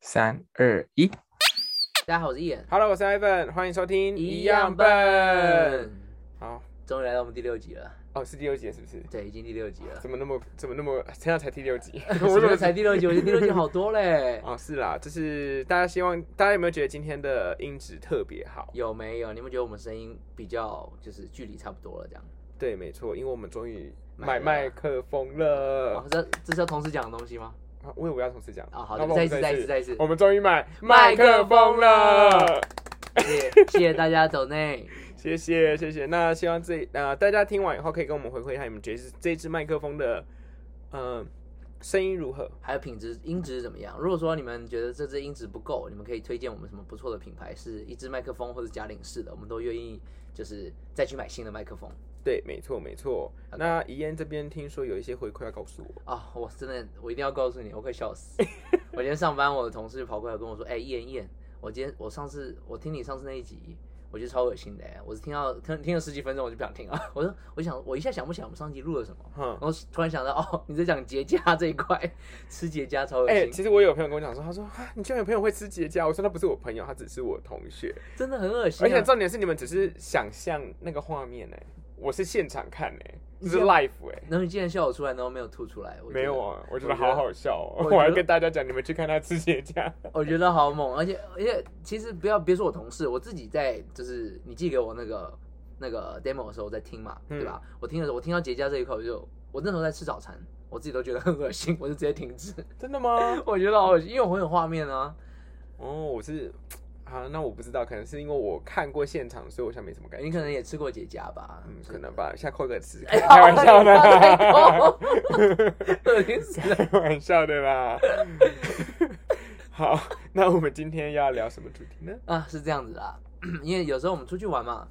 三二一大家好，我是伊人， ，Hello，我是 Ivan，欢迎收听。好，终于来到我们第六集了，哦，是第六集是不是？对，已经第六集 了。怎么那么怎么那么现在才第六集？。我怎么才第六集？我觉得第六集好多嘞 哦，是啦，就是大家希望大家有没有觉得今天的音质特别好？有没有？你们觉得我们声音比较就是距离差不多了这样？对，没错，因为我们终于买买了麦克风了。哦，这这是要同时讲的东西吗？啊我以为我要同时讲哦好要不再然一次我们再一次再一次我们终于买麦麦克克风风了了。谢谢谢谢大家走内。谢谢谢谢，那希望这呃大家听完以后可以跟我们回馈一下你们觉得这这支麦克风的呃声音如何？还有品质音质怎么样？如果说你们觉得这支音质不够，你们可以推荐我们什么不错的品牌，是一支麦克风或者假领式的，我们都愿意就是再去买新的麦克风对，没错没错。好的那怡燕这边听说有一些回馈要告诉我，啊、我真的，我一定要告诉你，我快笑 死！我今天上班，我的同事跑过来跟我说：“哎、燕燕，我今天我上次我听你上次那一集，我觉得超恶心的、哎，我是听到听听了十几分钟我就不想听了。我说我想我一下想不起来我们上集录了什么，哼然。后突然想到哦，你在讲结痂 这一块，吃结痂超恶哎、心，其实我有朋友跟我讲说，他说啊，你居然有朋友会吃结痂。我说那不是我朋友，他只是我同学。真的很恶心、哎而且啊。重点是你们只是想象那个画面呢、我是现场看呢、就你是这 live 哎、然后你竟然笑我出来，然后没有吐出来，我觉得没有，啊，我觉得我觉得好好笑哦、我觉我得还跟大家讲，你们去看他吃结 痂。我觉得好猛，而且而且其实不要别说我同事，我自己在就是你寄给我那个那个 demo 的时候我在听嘛，嗯对吧？我听的时候，我听到结痂这一块，我就我那时候在吃早餐，我自己都觉得很恶心，我就直接停止。真的吗？我觉得好恶心，因为我会有画面啊。哦，我是啊，那我不知道，可能是因为我看过现场，所以我现在没什么感觉。你可能也吃过结痂吧？嗯，是 可能。吧，下扣个词，哎开玩笑的太啦，痛恶心死 了！开玩笑的啦。 好，那我们今天要聊什么主题呢？啊，是这样子啦， 因为有时候我们出去玩嘛，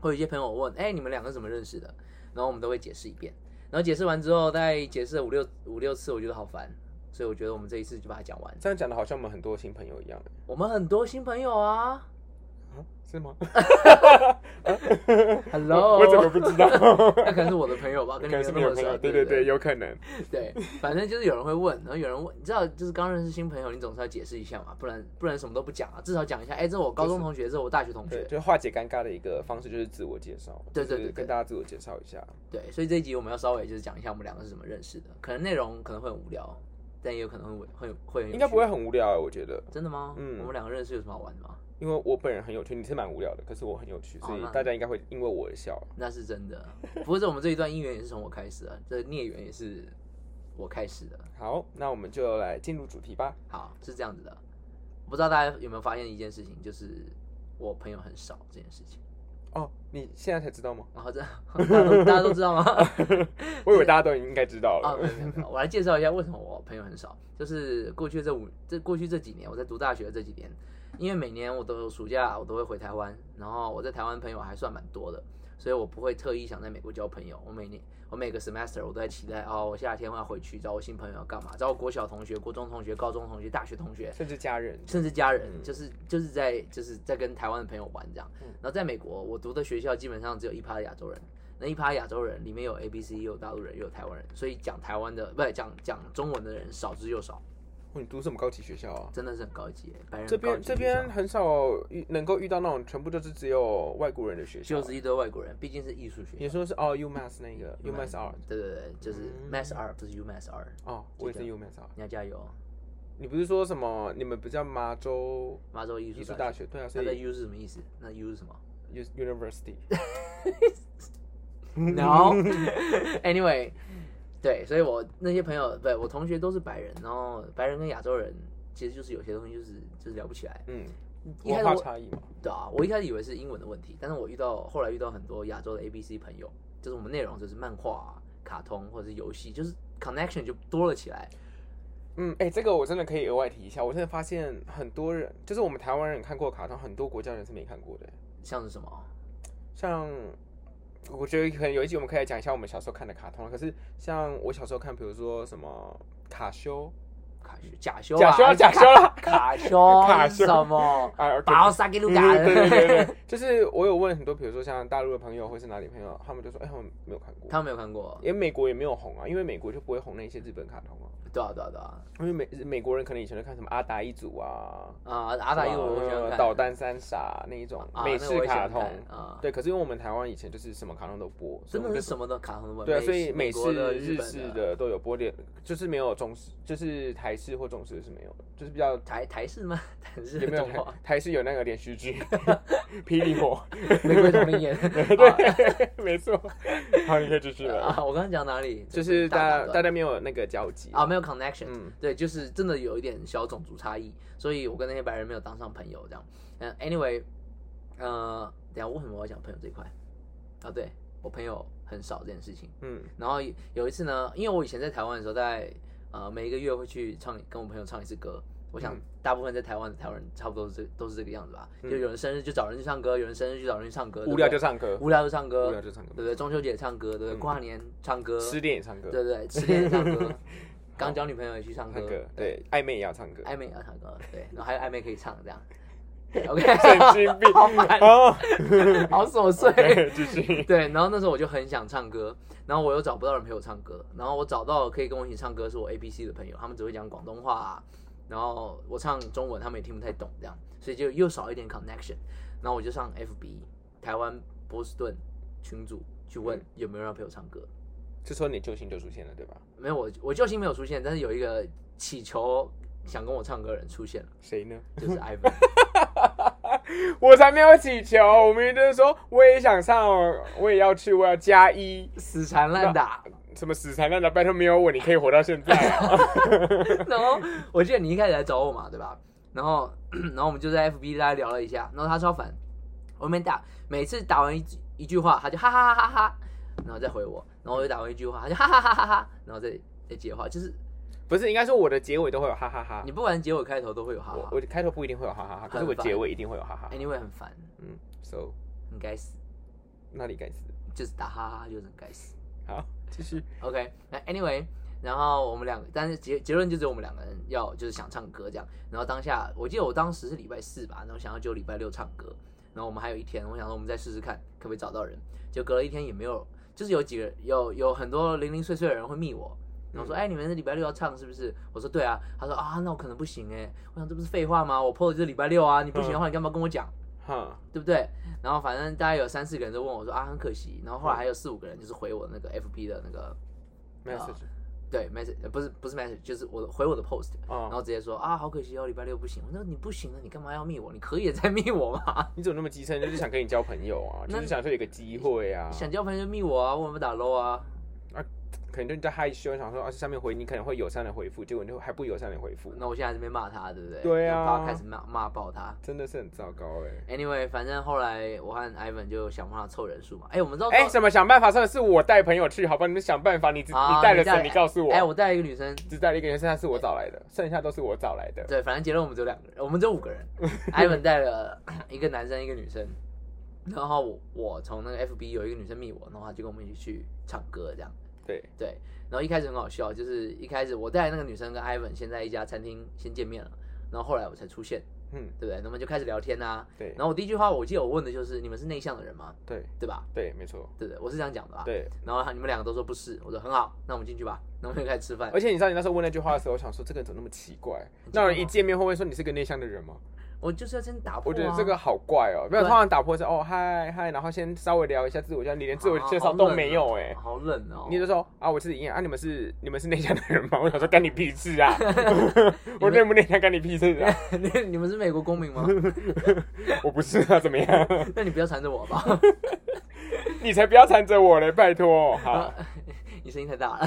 会有一些朋友问，哎、你们两个怎么认识的？然后我们都会解释一遍，然后解释完之后，大概解释了五六五六次，我觉得好烦，所以我觉得我们这一次就把它讲完。这样讲的好像我们很多新朋友一样，我们很多新朋友 啊啊是吗？ ，Hello，我怎么不知道？那可能是我的朋友吧，可跟你能没是你有有那么朋熟友，，对对对对，有可能。对，反正就是有人会问，然后有人问，你知道，就是刚认识新朋友，你总是要解释一下嘛，不然不然什么都不讲啊，至少讲一下，哎、这是我高中同学，这是我大学同学对，，就化解尴尬的一个方式就是自我介绍，对就是对对对跟大家自我介绍一下。对，所以这一集我们要稍微就是讲一下我们两个是怎么认识的，可能内容可能会很无聊，但也有可能会会会很有应该不会趣很无聊，啊我觉得，真的吗？嗯我们两个认识有什么好玩的吗？因为我本人很有趣，你是蛮无聊的，可是我很有趣，哦所以那大家应该会因为我而笑。那是真的，不过这我们这一段姻缘也是从我开始的，这孽缘也是我开始的。好，那我们就来进入主题吧。好，是这样子的，不知道大家有没有发现一件事情，就是我朋友很少这件事情。哦，你现在才知道吗？然后这 大家都大家都知道吗？嗯我以为大家都应该知道啊，了。没有没有没有，我来介绍一下为什么我朋友很少。就是过去这五这过去这几年，我在读大学的这几年，因为每年我都有暑假，我都会回台湾，然后我在台湾朋友还算蛮多的，所以我不会特意想在美国交朋友。我每年我每个 semester 我都在期待哦，我夏天我要回去找我新朋友要干嘛？找我国小同学、国中同学、高中同学、大学同学，甚至家人，甚至家人，嗯就是就是在就是在跟台湾的朋友玩这样嗯。然后在美国，我读的学校基本上只有一趴亚洲人，那一趴亚洲人里面有 A、B、C，也有大陆人，也有台湾人，所以讲台湾的不是讲讲中文的人少之又少，哦你读什么高级学校啊？真的是很高级耶，白人这很嗯高边级这学校边很少遇能够遇到那种全部都是只有外国人的学校就。是一堆外国人，毕竟是艺术学你校。说是哦，UMass 那个 UMass 二对对对，就是嗯 Mass 二不是 UMass 二，哦，我也是 UMass 二。你要加油，哦你不是说什么？你们不叫麻州麻州艺艺术术大大学。学？对啊，所那个以 U 是什么意思？那 U 是什么 U- University。嗯？No。Anyway，对，所以我那些朋友，对我同学都是白人，然后白人跟亚洲人其实就是有些东西就是就是聊不起来。嗯，一文开始化我差异嘛。对啊，我一开始以为是英文的问题，但是我遇到后来遇到很多亚洲的 A B C 朋友，就是我们内容就是漫画、啊、卡通或者是游戏，就是 connection 就多了起来。嗯，哎、这个我真的可以额外提一下，我真的发现很多人，就是我们台湾人看过的卡通，很多国家人是没看过的。像是什么？像我觉得可能有一集我们可以来讲一下我们小时候看的卡通，可是像我小时候看，比如说什么卡修，卡修假修啊假修啊假修啊卡 修卡是修什么？ 啊，OK，把我杀给卢嗯卡。对对对对，就是我有问很多，比如说像大陆的朋友或是哪里朋友，他们就说，哎，他们没有看过， 他们没有看过，因为美国也没有红啊，因为美国就不会红那些日本卡通啊，对啊对啊对啊，因为美美国人可能以前都看什么阿达一族啊，啊阿达一我喜欢呃看导弹三傻那一种啊美那个式我也喜卡欢通，看啊，对，可是因为我们台湾以前就是什么卡通都播，所真以我的们是就什么的卡通都播对啊，美所以美国式的、日日本式的的都有播点，就是没有中式，就是台式或中式是没有的，就是比 较台台式吗？ 台式有没的有动台 画，台式有那个连续剧《 霹雳 火玫瑰同龄 演啊》， 没错。好，你可以继续了。啊！我刚刚讲哪里？就是大大打断大家没有那个交集啊，没有 connection，、嗯对，就是真的有一点小种族差异，所以我跟那些白人没有当上朋友这样。嗯，anyway，呃，等一下为什么我要讲朋友这一块？啊，对我朋友很少这件事情。嗯然后有一次呢，因为我以前在台湾的时候，在呃每一个月会去唱跟我朋友唱一次歌。我想嗯大部分在台湾的台湾人差不多是这都是这个样子吧，嗯就有人生日就找人去唱歌，有人生日就找人去唱歌，对不无聊对就唱歌，无聊就唱歌，无聊对就唱不歌，对？中秋节唱歌，对不对？嗯跨年唱歌，失恋也唱歌，对对，失恋也 唱歌，刚交女朋友也去唱歌唱，歌，对，暧昧也要唱歌，暧昧也要啊唱歌，对，然后还有暧昧可以唱 这样。对 OK，神经病， 好烦，哦， 好琐碎。对，继续， 对，然后那时候我就很想唱歌，然后我又找不到人陪我唱歌，然后我找到可以跟我一起唱歌是我 A B C 的朋友，他们只会讲广东话、啊然后我唱中文他们也听不太懂，这样，所以就又少一点 connection。然后我就上 FB 台湾波士顿群组去问嗯有没有人要陪我唱歌，这时候你救星就出现了，对吧？没有我我救星没有出现，但是有一个祈求想跟我唱歌的人出现了，谁呢？就是 Ivan。 我才没有祈求，我明明就是说我也想上，我也要去，我要加一，死缠烂打。什么死缠烂打，拜托没有我你可以活到现在啊！ 然后我记得你一开始来找我嘛，对吧？然后然后我们就在 FB 大家聊了一下，然后他超烦，我没打，每次打完一句一句话，他就哈哈哈哈哈，然后再回我，然后我又打完一句话，他就哈哈哈哈哈，然后再再接话，就是不是，应该说我的结尾都会有哈哈哈你不管结尾开头都会有哈我哈我开头不一定会有哈哈哈，可是我很烦结尾一定会有哈哈哈。 ，anyway 很烦，嗯，so 很该死，那里该死。就是打哈哈哈就是很该死。好，继续。 OK，那 anyway，然后我们两个，但是结结论就只有我们两个人要就是想唱歌这样。然后当下，我记得我当时是礼拜四吧，然后想要就礼拜六唱歌，然后我们还有一天，我想说我们再试试看可不可以找到人。就隔了一天也没有，就是有几个人有有很多零零碎碎的人会密我。然后说，嗯哎、你们是礼拜六要唱是不是？我说对啊。他说啊，那我可能不行哎、我想这不是废话吗？我 PO 的就是礼拜六啊，你不行的话，你干嘛跟我讲？哈，对不对？然后反正大概有三四个人都问我说啊，很可惜。然后后来还有四五个人就是回我那个 FB 的那个没有事情。对，message 呃不是不是 message，就是我的回我的 post，然哦，后直接说啊，好可惜哦，礼拜六不行。我说你不行啊了，你干嘛要密我？你可以再密我嘛，你怎么那么机车？就是想跟你交朋友啊，那就是想说有个机会啊。想交朋友就密我啊，我们打 low 啊。可能就你在害羞，想说啊，下面回你可能会友善的回复，结果你就还不友善的回复，那我现在这边骂他，对不对？对啊然后开始骂骂爆他。真的是很糟糕哎、 Anyway，反正后来我和 Ivan 就想办法凑人数嘛。哎，我们知道哎、怎么想办法？上次是我带朋友去，好吧？你们想办法，你自啊你带了你带谁？你告诉我。哎，我带了一个女生，只带了一个人，剩下是我找来的，剩下都是我找来的。对，反正结论我们只有两个人，我们只有五个人。Ivan 带了一个男生，一个女生。然后我我从那个 FB 有一个女生密我，然后她就跟我们一起去唱歌这样。对，对，然后一开始很好笑，就是一开始我带那个女生跟 Ivan 先在一家餐厅先见面了，然后后来我才出现，嗯，对不对？那么就开始聊天啊。对然，后我第一句话我记得我问的就是你们是内向的人吗？对，对吧？对，没错，对不对？我是这样讲的吧？。啊对。然后你们两个都说不是，我说很好，那我们进去吧。那我们就开始吃饭。而且你知道你那时候问那句话的时候，我想说这个人怎么那么奇怪？你知道那吗人一见面会不会说你是个内向的人吗？我就是要先打我破、啊。觉得这个好怪哦、没有，对通常打破是哦嗨嗨，然后先稍微聊一下自我介绍，你连自我介绍都没有哎、啊好冷哦。你就说啊，我自己一样啊，你们是你们是内向的人吗？我 想说干你屁事 啊！我内不内向干你屁事啊！ 你你们是美国公民吗？ 我不是啊，怎么样？那你不要缠 着我吧，你才不要缠着我嘞，拜啊托！好，你声音 太大了。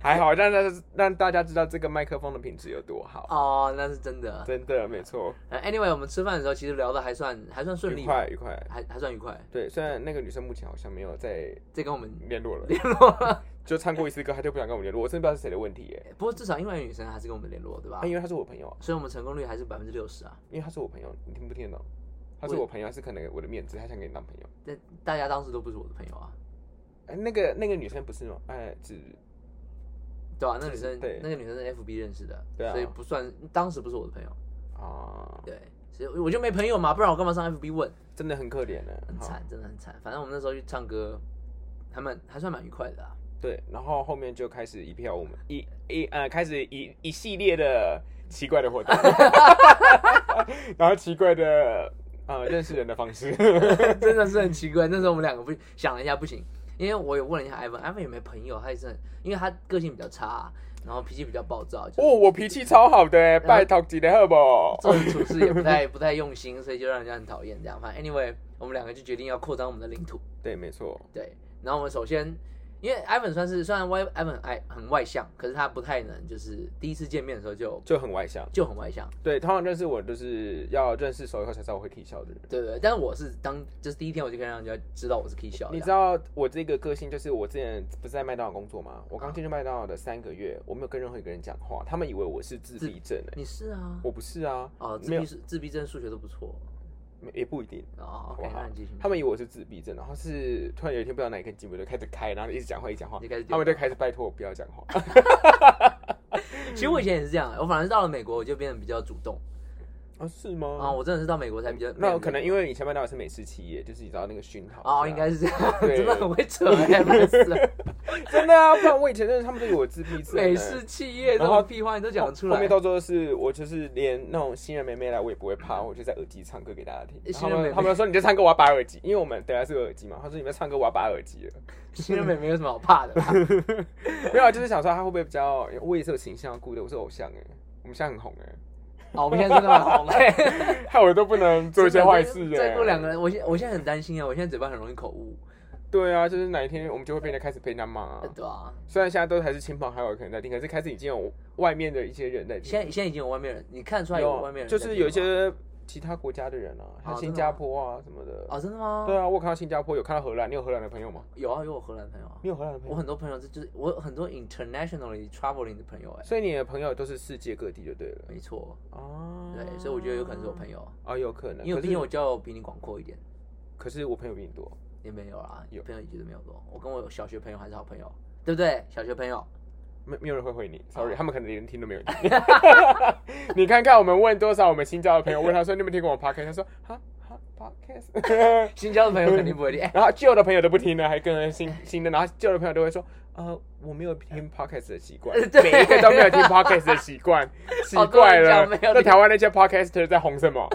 还好让大家让大家知道这个麦克风的品质有多好，哦，那是真的。真的没错，呃 Anyway，我们吃饭的时候其实聊的还算还算顺愉利，快愉快。还还算愉快。对，虽然那个女生目前好像没有再这跟我们联络 了，联络 了。就唱过一次歌，她就不想跟我们联络，我真的不知道是谁的问题耶。不过至少因为女生还是跟我们联络，对吧啊，？因为她是我朋友啊，所以我们成功率还是百分之六十啊。因为她是我朋友，你听不听得懂？她是我我朋友，是可能我的面子，她想跟你当朋友。但大家当时都不是我的朋友啊，哎，那个那个女生不是吗？哎，子对啊，那女生对那个女生是 FB 认识的，对啊所以不算，当时不是我的朋友，啊，对，所以我就没朋友嘛，不然我干嘛上 FB 问？真的很可怜呢。很好惨，真的很惨。反正我们那时候去唱歌，还蛮还算蛮愉快的啊。 对，然后后面就开始一票我们一一呃，开始一一系列的奇怪的活动，然后奇怪的呃认识人的方式， 真的是很奇怪。那时候我们两个不想了一下，不行，因为我也问了一下艾文，艾文有没有朋友，他也是很，因为他个性比较差，啊然后脾气比较暴躁，就哦，我脾气超好的，欸拜托几的好不？做人处事也 不太不太用心，所以就让人家很讨厌这样。反正 anyway，我们两个就决定要扩张我们的领土。对，没错，对，然后我们首先，因为艾文算是虽然外艾文爱很外向，可是他不太能就是第一次见面的时候就就很外向。就很外向，对，通常认识我就是要认识熟以后才知道我会 K 笑的人。对不对？但是我是当就是第一天我就可以让人家知道我是 K 笑，你知道我这个个性就是我之前不是在麦当劳工作吗？我刚进去麦当劳的三个月，我没有跟任何一个人讲话，他们以为我是自闭症哎、你是啊，我不是啊，哦，自没有闭自闭症数学都不错没也不一定。哦好。不 OK，好那你继续。他们以为我是自闭症，然后是突然有一天不知道哪一根筋，我就开始开，然后一直讲话，一直讲话就开始，他们就开始拜托我不要讲话。 其实我以前也是这样，我反而到了美国，我就变得比较主动啊，是吗？啊。我真的是到美国才比较，那可能因为为以前麦当劳是美式企业，就是你知道那个熏陶哦，是吧应该是这样，对 真的很会扯哎，烦死了 真的啊，不然我以前认识他们都以为我自闭症、欸。美式企业这然后种屁话你都讲得出后来面。到最后是我就是连那种新人妹妹来我也不会怕，我就在耳机唱歌给大家听。新他人妹们妹他们说你在唱歌我要拔耳机，因为我们等下是有耳机嘛。他说你们唱歌我要拔耳机了，新人美没有什么好怕的啦，没有啊，就是想说他会不会比较，我也是有形象要顾的，我是偶像哎、我们现在很红哎、好，我们现在真的蛮红嘞。 害我都不能做一些坏事哎、再过两个人，我现我现在很担心啊，我现在嘴巴很容易口误，对啊，就是哪一天我们就会被人家开始被人家骂、啊。对啊。虽然现在都还是亲朋好友可能在听，可是开始已经有外面的一些人在听。现在现在已经有外面人，你看得出来有有啊外面人在就听吗，是有一些其他国家的人啊，像哦新加坡啊什么的。哦哦，真的吗？对啊，我有看到新加坡，有看到荷兰，你有荷兰的朋友吗？有啊，有我荷兰朋友啊，你有荷兰的朋我友，很多朋友这就是我有很多 internationally traveling 的朋友哎，所以你的朋友都是世界各地就对了。没错，哦，对，所以我觉得有可能是我朋友啊。啊，有可能，因为可毕竟我是交友比你广阔一点，可是我朋友比你多，也没有啦，有朋友也觉得没有多。我跟我小学朋友还是好朋友，对不对？小学朋友，没没有人会哦回你，sorry，他们可能连听都没有听。 你看看我们问多少我们新交的朋友，问他说你有没有听过我 podcast，他说哈哈 podcast， 新交的朋友肯定不会听。哎、然后旧的朋友都不听了，还跟新新的，然后旧的朋友都会说，呃，我没有嗯听 podcast 的习惯， 对每一个都没有听 podcast 的习 哦惯，奇怪了好多人讲没。有那台湾那些 podcaster 在红什么？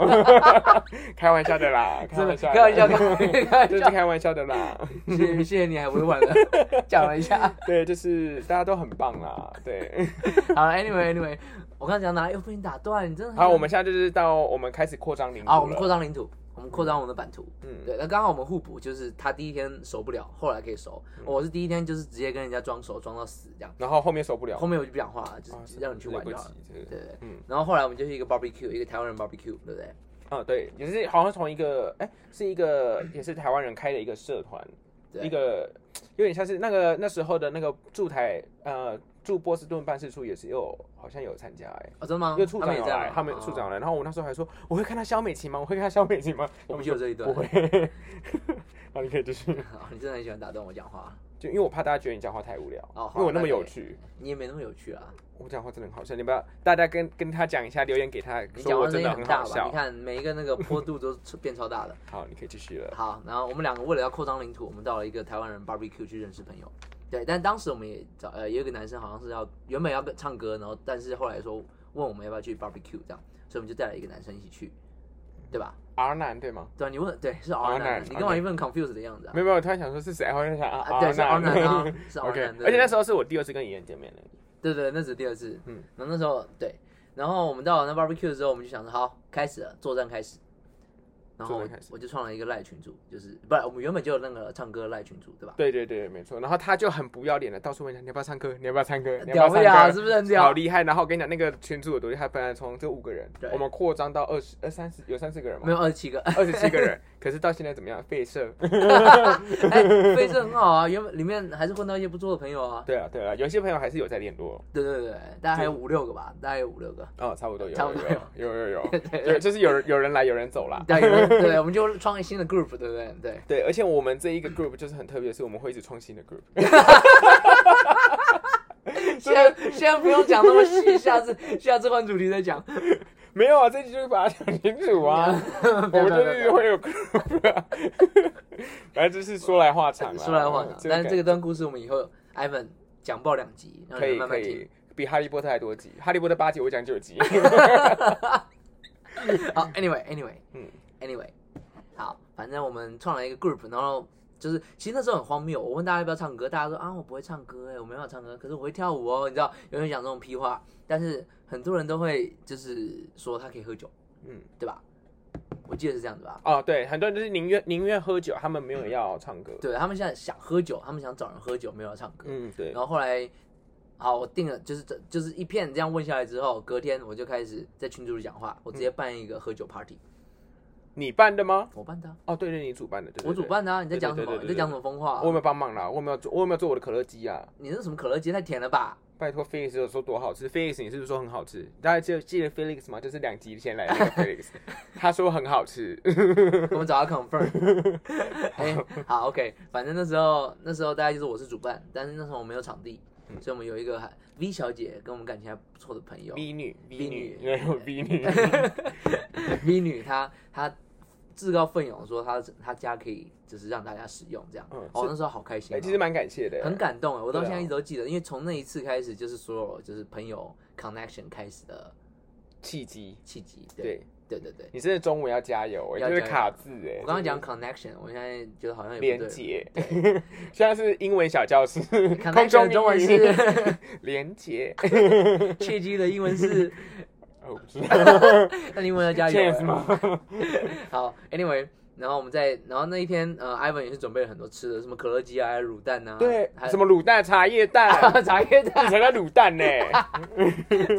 开玩笑的啦，开 真的玩笑，开玩笑，开玩 这是笑。开玩笑的啦。 谢谢谢谢你还委婉 的讲了一下。对，就是大家都很棒啦， 对。好了，anyway anyway，我刚才讲哪里又被你打断，你真的很好，我们现在就是到我们开始扩张领土啊，我们扩了。张领土，我们扩张我们的版图。嗯对，那刚好我们互补，就是他第一天熟不了，后来可以熟。嗯我是第一天就是直接跟人家装熟，装到死这样。然后后面受不了后，面我就不讲话了，就啊是让你去玩就好了。。是对对对。嗯然后后来我们就去一个 barbecue，一个台湾人 barbecue，对不对？啊，对，也是好像从一个哎、是一个也是台湾人开的一个社团，对一个有点像是那个那时候的那个驻台呃驻波士顿办事处也是有好像有参加哎、哦，真的吗？因为处长他们也有这样来啊，他们哦处长有来，然后我那时候还说我会看到肖美琴吗？我会看到肖美琴吗？我不记得这一段不。会， 那你可以继续， 哦你真的很喜欢打断我讲话，就因为我怕大家觉得你讲话太无聊，哦好因为我那么那可以有趣，你也没那么有趣啊。我讲话真的很好笑，你不要大家跟跟他讲一下，留言给他你说讲我话声真音的很好大吧？笑你。看每一个那个坡度都变超 大了。好，你可以继续了。好，然后我们两个为了要扩张领土，我们到了一个台湾人 barbecue 去认识朋友。对，但当时我们也找呃，有一个男生好像是要原本要跟唱歌，然后但是后来说问我们要不要去 barbecue 这样，所以我们就带了一个男生一起去，对吧？ R 男对吗？对啊，你问对是 R R 男男，你干嘛一份 confused 的样子啊？没有没有，我突然想说是谁，然后就想啊，啊，对，是 R 男 啊，是 R OK，男。对而且那时候是我第二次跟妍妍见面的，对对，那是第二次。嗯嗯，然后那时候对，然后我们到了那 barbecue 之后，我们就想说好，开始了，作战开始。然后作我战开始我就创了一个赖群组，就是不是我们原本就有那个唱歌赖群组，对吧？对对对，没错。然后他就很不要脸的到处问他，你要不要唱歌？你要不要唱歌？你要呃屌不不要屌？唱歌？是不是很好屌？厉害！然后我跟你讲，那个群主有多厉害，本来从这五个人对，我们扩张到二十、呃三十，有三十个人没嘛，有二十 七个，二十七个 人。可是到现在怎么样？废社。哎，飞是很好啊。原本里面还是混到一些不错的朋友啊。对啊对啊，有些朋友还是有在联络，对对对，大概还有五六个吧，大概有五六个。哦，差不多有，差不多有有有有 对对有，有就是有人有人来，有人走啦。对，有人 对，我们就创一新的 group，对不对？对，对，而且我们这一个 group 就是很特别，是我们会一直创新的 group。现在现在不用讲那么细，下次下次换主题再讲。没有啊，这集就是把它讲清楚啊。我 不要们不要不要就是会有 group 啊， 反正就是说来话长啊。说来话长，就但是这感个段故事我们以后 Ivan 讲爆两集，让可你以们慢可慢听。以比哈利波特还多集，哈利波特八集我讲九 集。好，Anyway Anyway，嗯，Anyway，好，反正我们创了一个 group，然后就是其实那时候很荒谬，我问大家要不要唱歌，大家说啊我不会唱歌哎、我没办法唱歌，可是我会跳舞哦，你知道有人讲这种屁话，但是很多人都会就是说他可以喝酒，嗯，对吧？我记得是这样子吧？哦，对，很多人就是宁愿宁愿喝酒，他们没有要唱歌。对他们现在想喝酒，他们想找人喝酒，没有要唱歌。嗯，对然，后后来，好，我定了，就是这就是一片这样问下来之后，隔天我就开始在群组里讲话，我直接办一个喝酒 party，、嗯你办的吗？我办的啊、哦，对对，你主办的，对对我主。办的、啊，你在对讲什对么？对对你在讲什么疯话对啊、我有没有帮忙啦？我有没有做？我有没有做我的可乐鸡啊？你那什么可乐鸡太甜了吧？ 拜托 Felix 有说多好吃，Felix 你是不是说很好吃？大家记得记得 Felix 吗？就是两集前来的那个 Felix，他说很好吃。我们找他 confirm。哎、 好，OK，反正那时候那时候大概就是我是主办，但是那时候我没有场地，嗯所以我们有一个 V 小姐跟我们感情还不错的朋友 V 女 V 女女，因为有 V 女， V 女她她自告奋勇说她她家可以就是让大家使用这样，嗯哦是那时候好开心、哎，哦，其实蛮感谢的，很感动哎，我到对啊现在一直都记得，因为从那一次开始，就是所有就是朋友 connection 开始的契机。契机。对对对对对，你真的中文要加油，哎，要就是加油卡字哎。我刚刚讲 connection，我现在觉得好像也连不对。结， 现在是英文小教 室，空 connection 中的中文英语是连结， 哎契机的英 文是，哦，不知道那英文要加油哎。 ，chance 吗？ 好，anyway，然后我们在，然后那一天，呃，Ivan 也是准备了很多吃的，什么可乐鸡啊、卤蛋啊，对，还有啊什么卤蛋、茶叶 蛋，茶叶你蛋，才叫卤 蛋呢？啊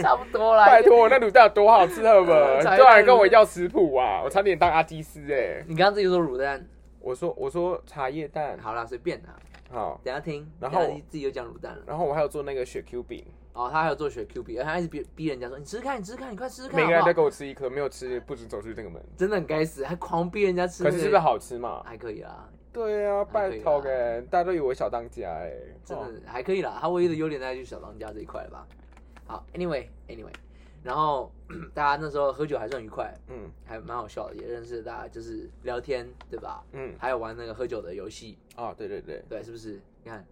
差不多啦。拜托，我那卤蛋有多好吃，好不好？ 茶叶蛋多少人跟我要食谱啊？我差点当阿基斯哎！你刚刚自己说卤蛋，我说我说茶叶蛋好啦，随便啦，好，等一下听，然等一下后你自己又讲卤蛋了。然后我还有做那个雪 Q 饼，哦，他还有做雪 Q 币，而且他一直逼逼人家说：“你吃吃看，你吃吃看，你快吃吃看。”每个好不人好都给我吃一颗，没有吃不准走出这个门。真的很该死，还狂逼人家吃、可是是不是？好吃嘛？还可以啦，对啊，拜托哎，大家都以为我小当家哎，真哦的还可以啦。他唯一的优点大概就是小当家这一块了吧。好，anyway anyway，然后 大家那时候喝酒还算愉快，嗯还蛮好笑的，也认识大家，就是聊天对吧？嗯还有玩那个喝酒的游戏，啊，对对对，对，是不是？你看，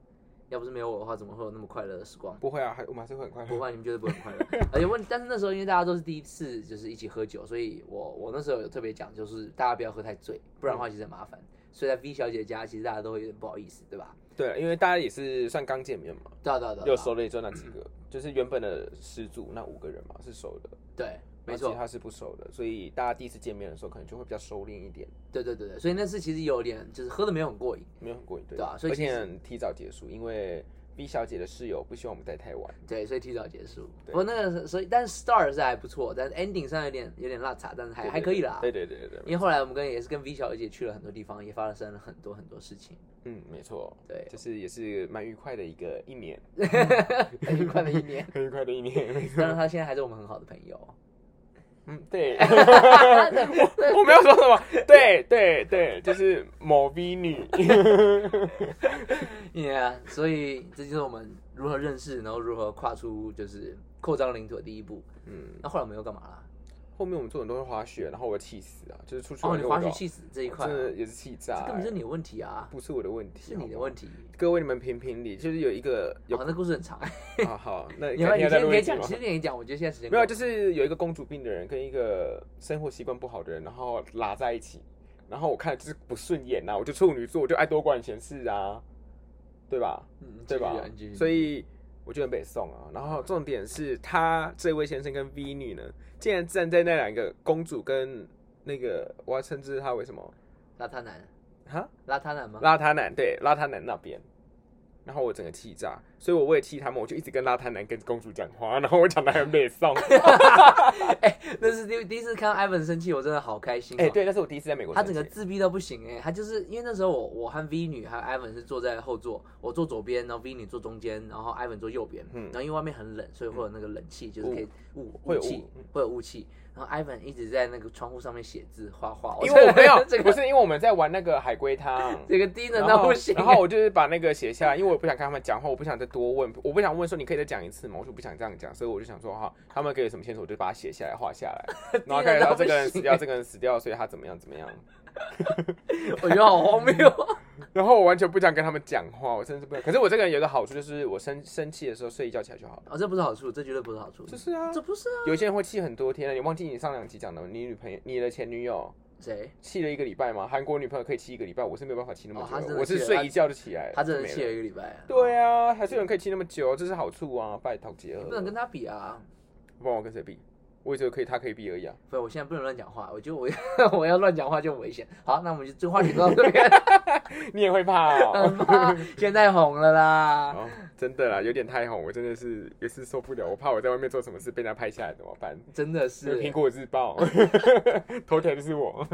要不是没有我的话，怎么会有那么快乐的时光？不会啊，还我们还是会很快乐不。会，你们绝对不会很快乐。呃而且问，但是那时候因为大家都是第一次，就是一起喝酒，所以我我那时候有特别讲，就是大家不要喝太醉，不然的话其实很麻烦。所以在 V 小姐家，其实大家都会有点不好意思，对吧？对，因为大家也是算刚见面嘛，对啊，对啊，对啊，又对啊熟的也就那几个，就是原本的始祖那五个人嘛是熟的，对，没然后错其，他是不熟的，所以大家第一次见面的时候可能就会比较收敛一点，对对对对。所以那次其实有点就是喝的没有很过瘾，没有很过瘾，对对啊所以而其实且很提早结束，因为 B 小姐的室友不希望我们待太晚，对，所以提早结束。对不过那个所以，但是 Star 是还不错，但是 Ending 上有点有点落差，但是还对还可以啦。对对对对对，因为后来我们跟也是跟 V 小姐去了很多地方，也发生了很多很多事情，嗯，没错，对就是也是蛮愉快的一个一年， 很愉快的 一年。很愉快的一年，没但错，是她现在还是我们很好的朋友。嗯， 对， 我没有说什么，对对对，就是某 V 女， Yeah，所以这就是我们如何认识，然后如何跨出就是扩张领土的第一步。嗯。那后来我们又干嘛啦？后面我们做很多滑雪，然后我气死啊！就是出去哦，玩你就我滑雪搞气死这一块啊，真的这也是气炸、欸，根本就是你的问题啊，不是我的问题，是你好的吗问题。各位你们评评理，就是有一个有哦，那故事 很长，啊好，那你改天要你要再先录可一以集讲，吗其？实你也讲，我觉得现在时间没有，够就是有一个公主病的人跟一个生活习惯不好的人，然后拉在一起，然后我看就是不顺眼呐、啊，我就处女座，我就爱多管闲事啊，对吧？嗯对吧？所以以我就很北宋啊。然后重点是他这位先生跟 V 女呢，竟然站在那两个公主跟那个，我要称之他为什么？邋遢男，哈，邋遢男吗？ 邋遢男，对，邋遢男那边。然后我整个气炸，所以我为了气他们，我就一直跟邋遢男跟公主讲话，然后我讲的很北 宋。那是第第一次看到 Ivan 生气，我真的好开心、哦。哎、对，那是我第一次在美国他生整气。个自闭到不行哎、他就是因为那时候我我和 V 女还有 Ivan 是坐在后座，我坐左边，然后 V 女坐中间，然后 Ivan 坐右边，嗯然后因为外面很冷，所以会有那个冷气，就是可以雾会有雾气，会有雾气，然后 Ivan 一直在那个窗户上面写字画画，因为我没有 ，这不个是因为我们在玩那个海龟汤，这个低能然到后不行欸、然后我就是把那个写下来，因为我我不想跟他们讲话，我不想再多问，我不想问说你可以再讲一次吗？我说不想这样讲，所以我就想说哈，他们给我什么线索，我就把它写下来、画下 来，然后看到这个人死掉，这个人死掉，所以他怎么样怎么样。我觉得好荒谬啊。然后我完全不想跟他们讲话，我甚至不想。可是我这个人有一个好处就是，我生生气的时候睡一觉起来就好了。哦，这不是好处，这绝对不是好处。就是啊，这不是啊，有些人会气很多天了。啊你忘记你上两集讲的，你女朋友、你的前女友谁？气了一个礼拜吗？韩国女朋友可以气一个礼拜，我是没有办法气那么哦她真久，的我是气了睡她一觉就起来了。他真就哎没的气了了一个礼拜。对啊，还是有人可以气那么久，这是好处啊！拜托杰不能尔，跟他比啊！不然我跟谁比？我也只有可以，他可以比而已啊。不，我现在不能乱讲话，我觉得我我要 乱讲话就很危险。好，那我们就这话题就到这边。 你也会怕 哦？ 现在红了啦，哦，真的啦，有点太红，我真的是也是受不了。我怕我在外面做什么事被人家拍下来怎么办？真的这个是苹。果日 报头条就是我。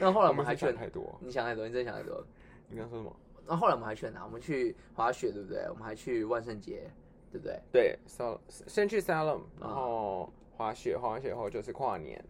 那后来我们还是去想很，太多。你想太多，你真的想太多。你刚刚说什么？那后来我们还去哪？我们去滑雪，对不对？我们还去万圣节，对不对？对，Sal 先去 Salem，啊然后滑雪，滑完雪后就是跨年。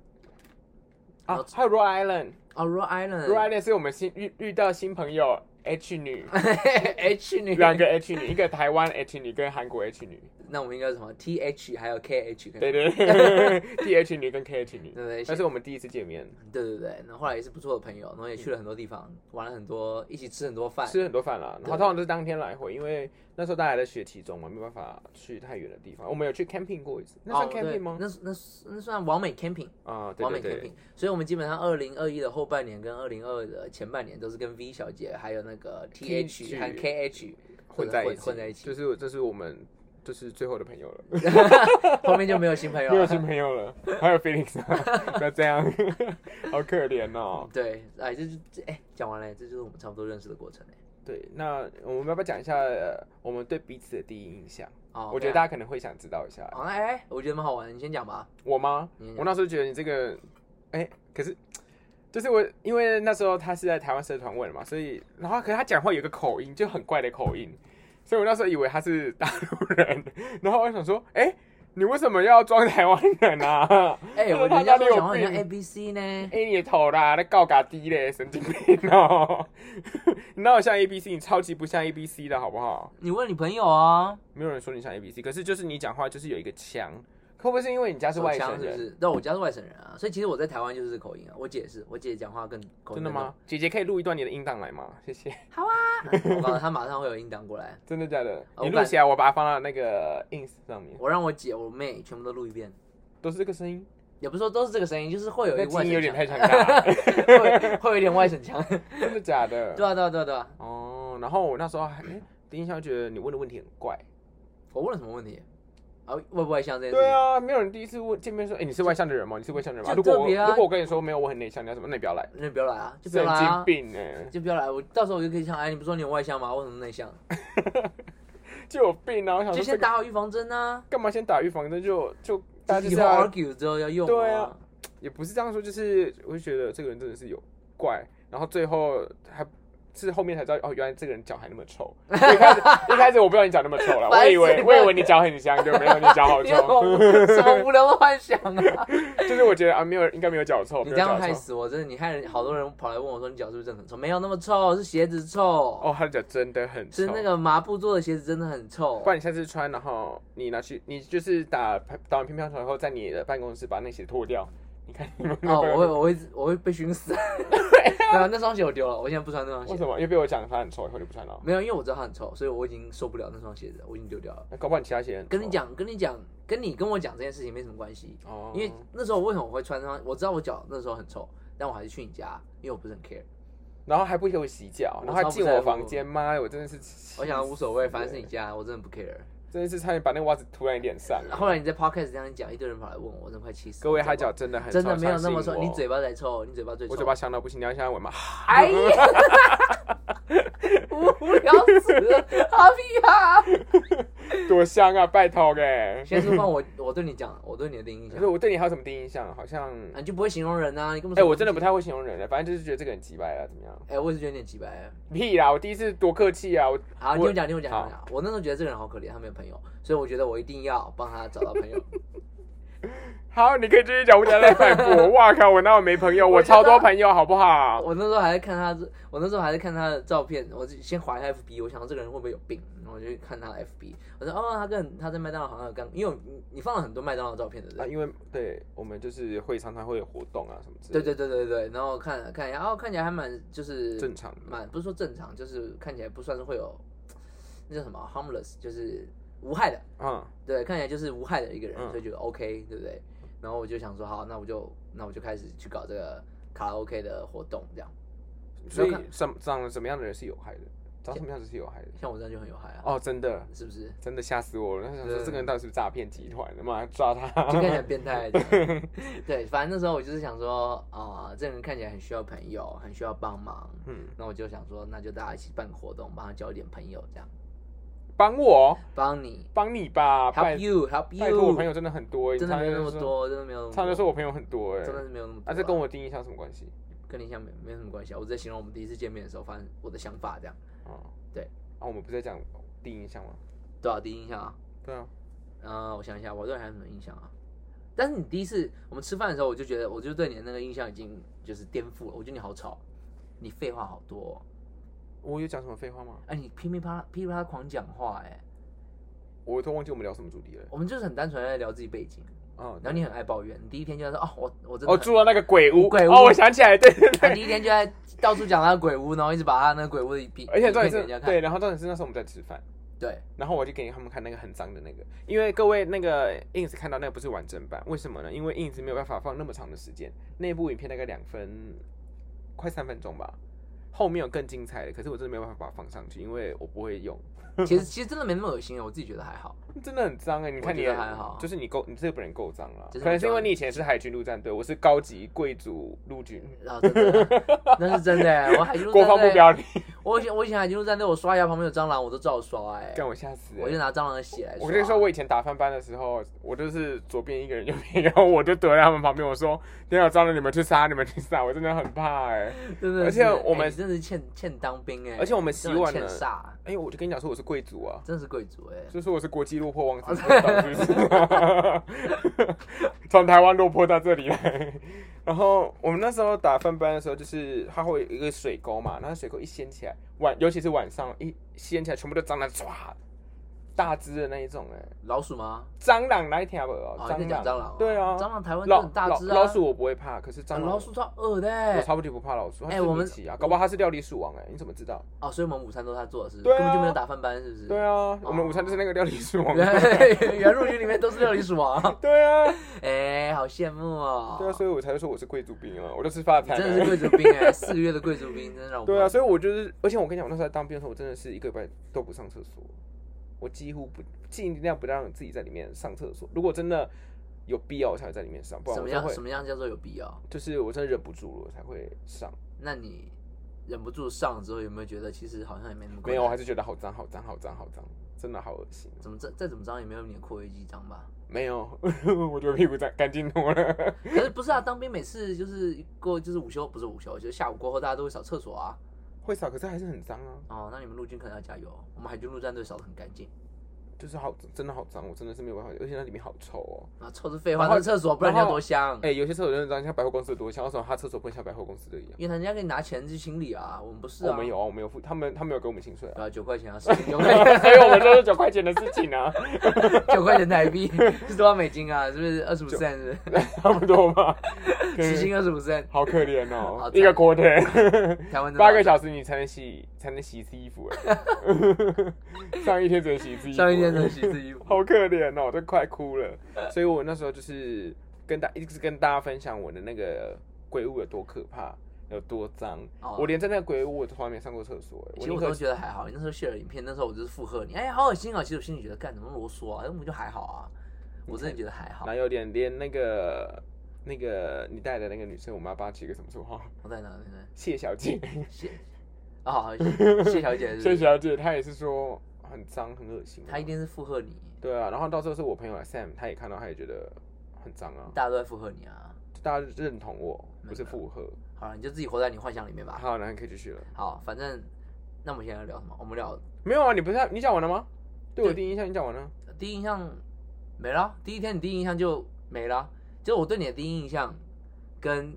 啊然后，还有 Rhode Island，Rhode 哦，Rhode Island， Island 是我们新遇遇到新朋友 H 女， H 女，两个 H 女，一个台湾 H 女跟韩国 H 女，那我们应该是什么 T H 还有 K H，对对对，T H 女跟 K H 女， 对不那对？是我们第一次见面，对对对，然后后来也是不错的朋友，然后也去了很多地方，玩了很多，一起吃很多饭。吃很多饭啦，然后对通常都是当天来回，因为那时候大家还在学期中嘛，没办法去太远的地方。我们有去 camping 过一次，那算哦对 camping 吗？那那那算完美 camping，啊，对完美对对 camping。所以我们基本上二零二一的后半年跟二零二的前半年都是跟 V 小姐还有那个 T H 和 K H 混在一混起，混在一起就是这是我们就是最后的朋友了， 后面就没有新朋友没有了。新朋友了，还有 Felix，啊不要这样，好可怜哦。对，哎，这就这哎，讲完了，这就是我们差不多认识的过程哎。对，那我们要不要讲一下、呃我们对彼此的第一印象？哦，我觉得大家可能会想知道一下对啊，。好，哎哎，我觉得蛮好玩，你先 讲吧。我吗？你先我讲那时候觉得你这个，哎、可是就是我，因为那时候他是在台湾社团问的嘛，所以然后可是他讲话有一个口音，就很怪的口音，所以我那时候以为他是大陆人， 然后我想说，哎、你为什么要装台湾人啊？ 哎，那我他人家哪里都有讲话很像病 A B C 呢。哎、你的头啦，在告嘎低嘞，神经病哦！ 你哪有像 A B C？你超级不像 A B C 的好不好？你问你朋友啊，没有人说你像 A B C，可是就是你讲话就是有一个腔，会不会是因为你家是外手省枪是不人？是？对，我家是外省人啊，所以其实我在台湾就是这口音啊。我姐也是，我姐讲话更口音真的更吗？姐姐可以录一段你的音档来吗？ 谢谢。重？我告诉她马上会有音档过来。真的假的？哦你我录感起来，我把它放到那个 ins 上面，我让我姐、我妹全部都录一遍，都是这个声音。也不是说都是这个声音，就是会有那一个基外因有省点腔，太强大 了，会会有一点外省腔。 真的假的？对啊，对啊，对啊，对啊。哦，然后我那时候还哎第一印象觉得你问的问题很怪。我问了什么问题？啊，外不外向这件事情？对啊，没有人第一次问见面说，哎，你是外向的人吗？你是外向的人吗？就如果我特别啊如果我跟你说没有，我很内向，你要什么？那你不要来，那你不要来啊，就不要神来经啊，病哎，就不要来。我到时候我就可以想，哎，你不是说你有外向吗？为什么内向？就有病啊！我想说就这先个打好预防针啊。干嘛先打预防针？就就大家就以是后要 argue 之后要用。对啊，也不是这样说，就是我就觉得这个人真的是有怪，然后最后还是后面才知道哦，原来这个人脚还那么臭。 一开始一开始我不知道你脚那么臭了，我以为我以为你脚很香，就没有你脚好你有 什臭。么什么无聊的幻想啊？就是我觉得啊，没有应该没有脚臭，你没这有样脚害臭。死我！真的，你害人好多人跑来问我说你脚是不是真的很臭？没有那么臭，是鞋子臭，哦，他的脚真的很臭。是那个麻布做的鞋子真的很臭不。然你下次穿，然后你拿去，你就是打打完乒乓球以后，在你的办公室把那鞋脱掉，你看你们哦， 我会我会我会被熏死。没有，那双鞋我丢了，我现在不穿那双为鞋。什么？因为被我讲他很臭，以后就不穿了。没有，因为我知道它很臭，所以我已经受不了那双鞋子了，我已经丢掉了。那搞不好你其他鞋很臭跟你讲，跟你讲，跟你跟我讲这件事情没什么关系，哦，因为那时候为什么我会穿那双？我知道我脚那时候很臭，但我还是去你家，因为我不是很 care。然后还不给我洗脚，我然后还超不进在我乎房间，妈，我真的是气死，我想无所谓，反正是你家，我真的不 care。 真的是差点把那个袜子涂在你脸上。后来你在 podcast 这样讲，一堆人跑来问我，我真的快气死了。各位，他你知脚道吗真的很真的没有那么臭，臭，你嘴巴才臭，你嘴巴最臭。我嘴巴，香到不行，你要现在闻吗？哎呀，无聊死了，阿屁哈！ 多香啊，拜托 哎！先说换我，我对你讲，我对你的第一印可象是，我对你还有什么第一印象？好像，啊，你就不会形容人啊，你根本哎、我真的不太……太会形容人了，反正就是觉得这个人急白啊了，怎么样？哎，我也是觉得有点鸡掰。屁啦，我第一次多客气啊，我好，我你听我讲，听我讲，听好我讲。我那时候觉得这个人好可怜，他没有朋友，所以我觉得我一定要帮他找到朋友。好，你可以继续讲，我等下来反驳。哇靠，我那我没朋友， 我超多朋友，好不好？我那时候还在看他这，我那时候还在看他的照片，我就先划一下 FB，我想说这个人会不会有病，然后我就去看他的 FB，我说哦，他跟他在麦当劳好像有干，因为我你你放了很多麦当劳的照片，对不啊，对？因为对我们就是会常常会有活动啊什么之类对的，对对对对，然后看看一下，哦，看起来还蛮就是正常的。蛮不是说正常，就是看起来不算是会有那叫什么 harmless，就是无害的，嗯，对，看起来就是无害的一个人，嗯所以觉得 OK，对不对？然后我就想说，好，那我就那我就开始去搞这个卡拉 OK 的活动，这样，所以没有什长得什么样的人是有害的？长什么样子是有害的？像我这样就很有害啊，哦，真的，是不是？真的吓死我了！我想说对这个人到底是不是诈骗集团的嘛？抓他！就看 起来变态。对对，反正那时候我就是想说，啊、这个人看起来很需要朋友，很需要帮忙。嗯，那我就想说，那就大家一起办个活动，帮他交一点朋友，这样帮我，帮你帮你吧，啊拜 help you help 拜托，我 you，朋友真的很多欸，真的没有那你么常常就说，多，真的没有那常常么就多，说我朋友很多哎真，的是没有那么多、啊，这跟我定义上什么关系？跟你像没没有什么关系啊。我在形容我们第一次见面的时候，发现我的想法这样，哦，对，啊，我们不是在讲第一印象吗？对啊，第一印象啊，对啊，呃，我想一下，我对你还有什么印象啊？但是你第一次我们吃饭的时候，我就觉得，我就对你的那个印象已经就是颠覆了。我觉得你好吵，你废话好多哦、我有讲什么废话吗？哎，你噼噼啪啦噼里啪啦狂讲话、哎，我都忘记我们聊什么主题了。我们就是很单纯地在聊自己背景，嗯，哦然后你很爱抱怨，你第一天就在说，哦，我我真的哦，很，住了那个鬼屋，鬼屋哦，我想起来，对对对。他第一天就在到处讲他的鬼屋，然后一直把他那个鬼屋的比，而且重点影片给人是家，看对，然后重点是那时候我们在吃饭，对，然后我就给他们看那个很脏的那个，因为各位那个 ins 看到那个不是完整版，为什么呢？因为 ins 没有办法放那么长的时间，那部影片大概两分，快三分钟吧。后面有更精彩的，可是我真的没有办法把它放上去，因为我不会用， 其实其实真的没那么恶心，啊我自己觉得还好，真的很脏哎、你看你我觉的得还好就是你够，你这个本人够脏了，就是可能是因为你以前是海军陆战队，我是高级贵族陆军，然后真的那是真的、哎我海军陆国战防目队，标里，我以前我以前海军陆战队，我刷牙旁边有蟑螂，我都照刷、哎，让我吓死、欸！我就拿蟑螂的血来刷，我跟你说，我以前打翻班的时候，我就是左边一个人，右边一个人，然后我就躲在他们旁边，我说：“天啊，蟑螂，你们去杀，你们去杀！”我真的很怕哎、真的是，而且我们哎你真的是欠欠当兵哎、而且我们洗碗真呢的欠煞，哎、我就跟你讲说我是贵族啊，真的是贵族哎、就说我是国际落魄王子，是不是？ 从台湾落魄到这里来。然后我们那时候打翻班的时候，就是它会有一个水沟嘛，然后水沟一掀起来，晚尤其是晚上一掀起来，全部都蟑螂唰，大只的那一种哎、老鼠吗？蟑螂哪一啊条不？哦，你在讲蟑螂啊，对啊，蟑螂台湾就老很大只啊，老老鼠我不会怕，可是蟑啊螂、老鼠超恶的我欸，超级不怕老鼠。它哎是米我们奇啊，搞不好它是料理鼠王哎、你怎么知道？哦，所以我们午餐都是他做的是不是，对啊根本就没有打翻班，是不是？对啊，我们午餐就是那个料理鼠王。 原原入局里面都是料理鼠王， 对啊， 哎，好羡慕哦，对啊，所以我才会说我是贵族兵啊，我都吃发你财真的了。是贵族兵哎，四个月的贵族兵，真的让我对啊，，所以我就是，而且我跟你讲，我那时候在当兵的时候，我真的是一个礼拜都不上厕所，我几乎不尽量不让自己在里面上厕所。如果真的有必要，我才会在里面上，不然什我么真的样会什么样叫做有必要？就是我真的忍不住了，我才会上。那你忍不住上了之后，有没有觉得其实好像也没那么困没有，我难还是觉得好脏，好脏，好脏，好脏，真的好恶心。啊怎么再再怎么脏也没有你的括约肌脏吧？没有， 我觉得屁股干干净多了。可是不是啊？当兵每次就是过就是午休，不是午休，就是下午过后大家都会扫厕所啊。会扫，可是还是很脏啊，哦，那你们陆军可能要加油，我们海军陆战队扫的很干净。就是好，真的好脏，我真的是没有办法，而且那里面好臭哦。啊，臭是废话，然后那厕所不然你要多香？哎、有些厕所真的脏，像百货公司的多香，为什么他厕所不能像百货公司的一样？因为人家给你拿钱去清理啊，我们不是啊。我们有啊，我们有付，他们他们有给我们薪水啊， 对啊，九块钱啊，十九块钱，所以我们这是九块钱的事情 啊，九块钱 台币是多少美金啊？是不是二十五 cent？是不差不多吧。是时薪二十五 cent，好可怜好哦，惨一个 quarter 台湾真的八个小时你才能洗才能洗一次衣服哎， 上一天只能洗一次衣服，上一天的洗自己衣服。 好可怜哦，我都快哭了。呃所以我那时候就是跟大一直跟大家分享我的那个鬼屋有多可怕，有多脏。哦我连在那个鬼屋我都从来没上过厕所，欸我其实宁我都可觉得还好，你那时候卸了影片，那时候我就是附和你，哎，好恶心啊！其实我心里觉得，干怎么那么啰嗦啊？那我们就还好啊，我真的觉得还好然后。有点连那个那个你带的那个女生，我们要帮她起个什么绰号？我在哪？在哪？谢小姐，谢啊，好谢谢小姐，谢是不是小姐，她也是说很脏很恶心啊。她一定是附和你，对啊，然后到时候是我朋友来 Sam，他也看到，他也觉得很脏啊，大家都在附和你啊。大家认同我，不是明白附和。好了，你就自己活在你幻想里面吧。好，那你可以继续了。好，反正那我们现在要聊什么？我们聊没有啊，你不是要你讲完了吗？对我对第一印象你讲完了。第一印象没了，第一天你第一印象就没了。就是我对你的第一印象跟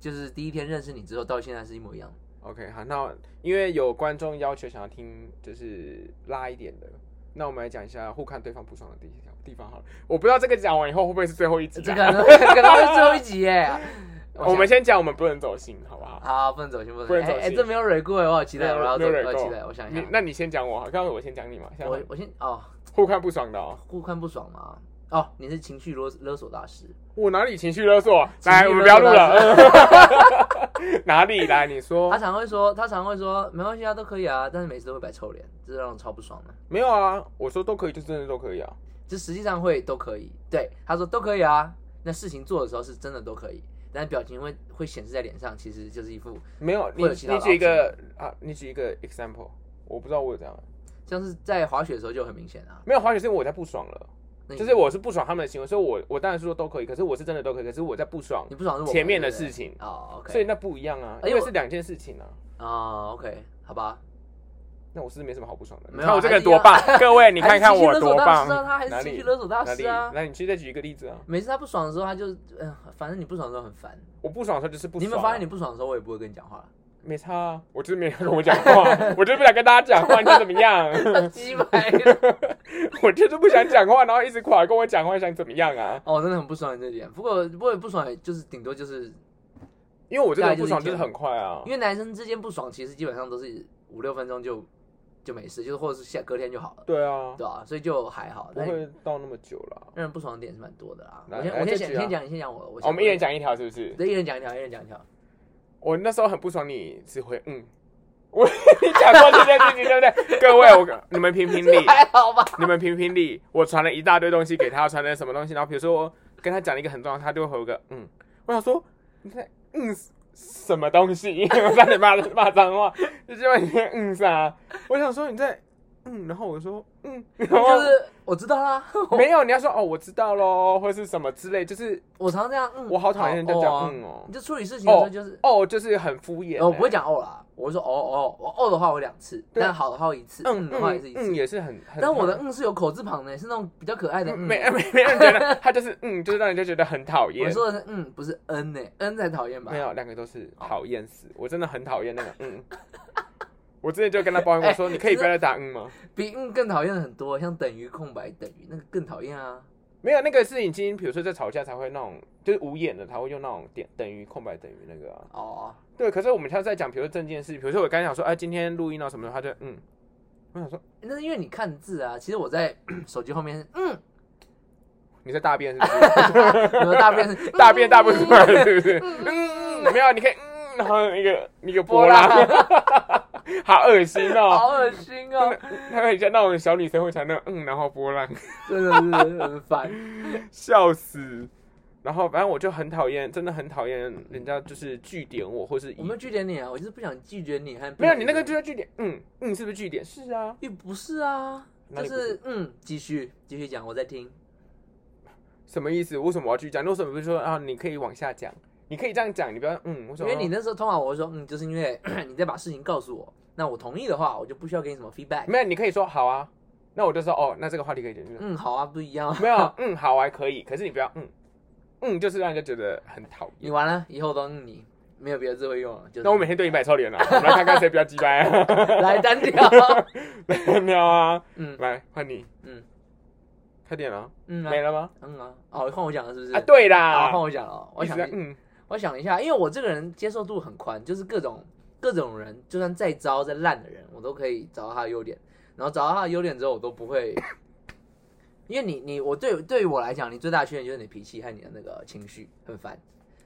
就是第一天认识你之后到现在是一模一样的。 OK，好，那因为有观众要求想要听就是拉一点的，那我们来讲一下互看对方不爽的地方地方好了。我不知道这个讲完以后会不会是最后一集、啊，这可能可能是最后一 集耶。想我们先讲我们不能走心，好不好？好，不能走心，不不能能走哎哎，心这没有蕊过耶，我好期待，对我要没走，有我蕊要过期待，我想一你下，那你先讲我好，刚刚我先讲你嘛，现我在我先哦，互看不爽的、哦，互看不爽嘛。哦，你是情绪勒勒索大师，我哪里情绪勒索？啊情绪来，我们不要录勒索大了。 哪里来？你说他常会说，他常会说没关系啊，都可以啊，但是每次都会摆臭脸，这让我超不爽的。没有啊？我说都可以，就真的都可以啊。这实际上会都可以。对，他说都可以啊。那事情做的时候是真的都可以，但表情会会显示在脸上，其实就是一副没有，你会有其他你的举一个啊，你举一个 example，我不知道我有这样。像是在滑雪的时候就很明显啊。没有滑雪是因为我在不爽了，那你就是我是不爽他们的行为，所以我我当然是说都可以，可是我是真的都可以，可是我在不爽你不爽是我前面的事情，哦，OK，所以那不一样啊，哎因为我是两件事情啊。哦，OK，好吧。那我是没什么好不爽的。你没有啊看我这个人多棒， 各位你看看我多还是情绪勒索大棒师啊，他还，哪是情绪里勒索大哪师里？啊。那你去再举一个例子啊。每次他不爽的时候，他就嗯、反正你不爽的时候很烦。我不爽的时候就是不你爽啊。有没有发现你不爽的时候，我也不会跟你讲话了？没差啊？我就是没人跟我讲 话，我就是不想跟大家讲话，你想怎么样？ 鸡掰了！ 我就是不想讲话，然后一直垮来跟我讲话，想怎么样啊？哦，我真的很不爽你这点。不过不过不爽，就是顶多就是因为我这个人不爽就是很快啊因。为男生之间不爽，其实基本上都是五六分钟就就没事，就是或者是下隔天就好了，对啊，对啊，所以就还好。不但会到那么久了。啊让人不爽的点是蛮多的啦。来我先来我先这讲，局你啊先讲，你先讲我。我先我们一人，讲一条，是不是？对，一人讲一条，一人讲一条。我那时候很不爽你只会嗯，我你讲过这件事情对不对？各位，我你们评评理， 还 好吧？你们评评理。我传了一大堆东西给他，传了什么东西？然后比如说我跟他讲了一个很重要，他就会回个嗯。我想说你在嗯什么东西？因为我差点骂骂脏话，就是问你在嗯啥？我想说你在嗯，然后我说嗯，然后就是我知道啦，没有，你要说哦我知道喽，或是什么之类，就是我常常这样，嗯，我好讨厌人家讲啊嗯哦你就处理事情的时候就是，哦，就是很敷衍、呃我不会。讲哦啦，我会说哦哦，我哦的话我两次，对啊但好的话我一次，嗯嗯的话也是嗯一嗯，次。也是很很讨厌。但我的嗯是有口字旁的，是那种比较 可爱的嗯。没没没人觉 得他就是嗯，就是让人家觉得很讨我厌。说的是嗯，不是嗯呢，n 才讨厌吧？没有，两个都是哦讨厌死，我真的很讨厌那 个嗯。我之前就跟他抱怨哎过说，你可以不要再打嗯吗？比嗯更讨厌的很多，像等于、空白、等于那个更讨厌啊。没有，那个是已经比如说在吵架才会那种，就是无眼的，才会用那种点等于空白等于那个啊。哦，对，可是我们现在在讲，比如说证件事，比如说我刚才想说，哎，今天录音到什么的，他就嗯，我想说那是因为你看字啊。其实我在 手机后面，嗯，你在大便是不 是？有的大便是 大便大不出来是不 是？嗯，没有，你可以嗯，然后一个一个波波浪浪， 好恶心哦。 好恶心 哦，他很像那种小女生会传那种嗯，然后波浪， 真的是很烦。笑死。然后反正我就很讨厌，真的很讨厌人家就是据点我，或是以我没有拒绝你啊，我就是不想拒绝你，还没有你那个就是据点，嗯嗯，是不是据点？是啊，又不是啊，哪就里不是嗯，继续继续讲，我在听。什么意思？为什么我要去讲？你为什么不是说啊？你可以往下讲，你可以这样讲，你不要嗯，为什因么？为你那时候通常我会说，嗯，就是因为 你在把事情告诉我，那我同意的话，我就不需要给你什么 feedback。没有，你可以说好啊，那我就说哦，那这个话题可以解决。嗯，好啊，不一样啊。没 有，嗯，好啊，可以，可是你不要嗯嗯，就是让人家觉得很讨厌你。完了，以后都嗯你，没有别的字会用了。就是那我每天对你摆臭脸了，我们来看看谁比较鸡掰啊。来 单挑。喵啊！嗯来换你，嗯快点啊！嗯没啊，了吗？嗯啊，哦，换我讲了是不是？啊，对啊，换啦，我讲了。我一直想在一，嗯，我想一下，因为我这个人接受度很宽，就是各种各种人，就算再糟再烂的人，我都可以找到他的优点。然后找到他的优点之后，我都不会，因为你你我对对于我来讲，你最大的缺点就是你脾气和你的那个情绪很烦。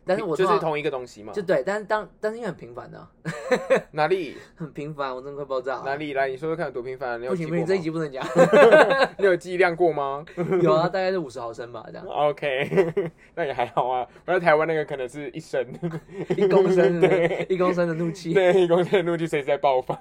但是我就通是常同一个东西嘛就。对，但是当但是因为很频繁的、 哪里很频繁，我真的快爆炸了。哪里来？你说说看，有多频繁？你有不记行过不行，吗这一集不能讲。 你有剂量过吗 有啊，大概是五十毫升吧，这样？OK，那 也还好啊。我在台湾那个可能是一 升，一公升的一公升的怒气。对，一公升的怒气随时在爆发。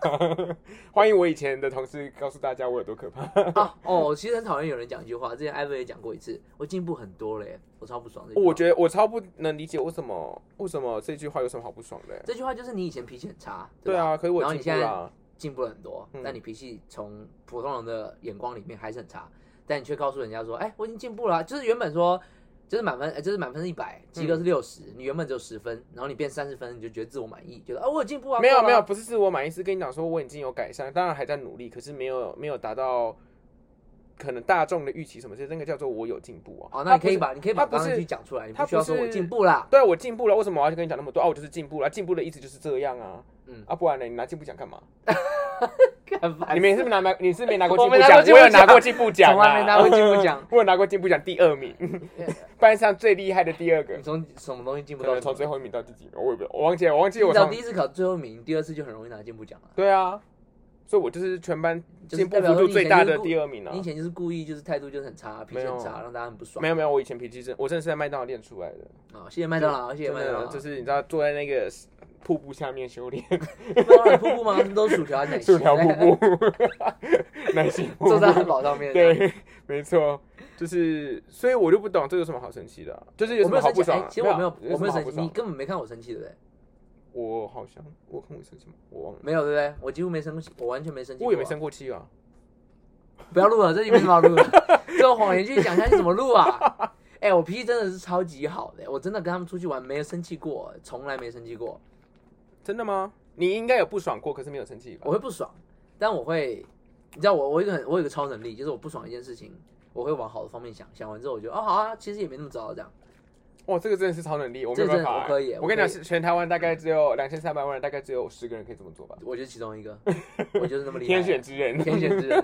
欢迎我以前的同事告诉大家我有多可怕。啊哦，我其实很讨厌有人讲一句话，之前艾薇也讲过一次，我进步很多嘞，我超不爽这句话。我觉得我超不能理解为什么为什么这句话有什么好不爽的。这句话就是你以前脾气很差，对吧？啊，可是我然后进步你现在啦。进步了很多，嗯但你脾气从普通人的眼光里面还是很差，但你却告诉人家说，哎，我已经进步了啊，就是原本说。就是满分，呃就是满分是一百，及格是六嗯十、你原本只有十分，然后你变三十分，你就觉得自我满意，觉得哦我有进步啊，没有够了没有，，不是自我满意，是跟你讲说我已经有改善，当然还在努力，可是没有没有达到可能大众的预期什么，这那个叫做我有进步啊。哦，那他你不可是以把你可以把他不刚刚是去讲出来，你他需要不说是我进步 啦，对啊我进步了，为什么我要去跟你讲那么多？啊，我就是进步了，进步的意思就是这样啊。嗯啊，不然呢？你拿进步奖干嘛？干 嘛你们也是没拿拿，你是没拿过我进步没拿过奖，进我步有拿奖过进步奖啊，从来没拿过进步奖 我有拿过进步奖第 二名，班上最厉害的第二个你，从什么东西进步可到能什么从最后一名到第几名，我也不我忘记了，我忘记我你只要从第一次考最后一名，第二次就很容易拿进步奖了。对啊，所以我就是全班就是进步代表幅说度你以最前大就是的故第二名啊你以。前就是故意就是态度就是很差，脾气很差，让大家很不爽。没有没有，我以前脾气真，我真的是在麦当劳练出来的。啊、谢谢麦当劳，谢谢真麦当劳。的，就是你知道坐在那个瀑布下面修炼，麦当劳有瀑布吗？他们都是薯条还 是奶昔薯条瀑 布，耐心瀑坐布在。汉堡上面。对，没错，就是，所以我就不懂这有什么好神奇的啊、就是有什我么没有好生不气，爽哎、啊？其实我没有，有我什没么有好生不气，你爽？根本没看我生气，对不对？我好像我有看我生气吗？我忘了，没有，对不对？我几乎没生气，我完全没生气。我也没，生过气啊。不要录啊 了，这里没什么好录的。这个谎言继续讲下去怎么录啊？ 哎、我脾气真的是超级好的，我真的跟他们出去玩没有生气过，从来没生气过。真的吗？你应该有不爽过，可是没有生气吧我？会不爽，但我会，你知道我我有一个很我有一个超能力，就是我不爽一件事情，我会往好的方面想，想完之后我觉得哦好啊，其实也没那么糟这样。哇，这个真的是超能力，我没这有个真办的法、哎我可以我跟你我讲，可以是全台湾大概只有两千三百万人，大概只有十个人可以这么做吧。我就是其中一个，我就是那么厉害， 天选之人，天选之人，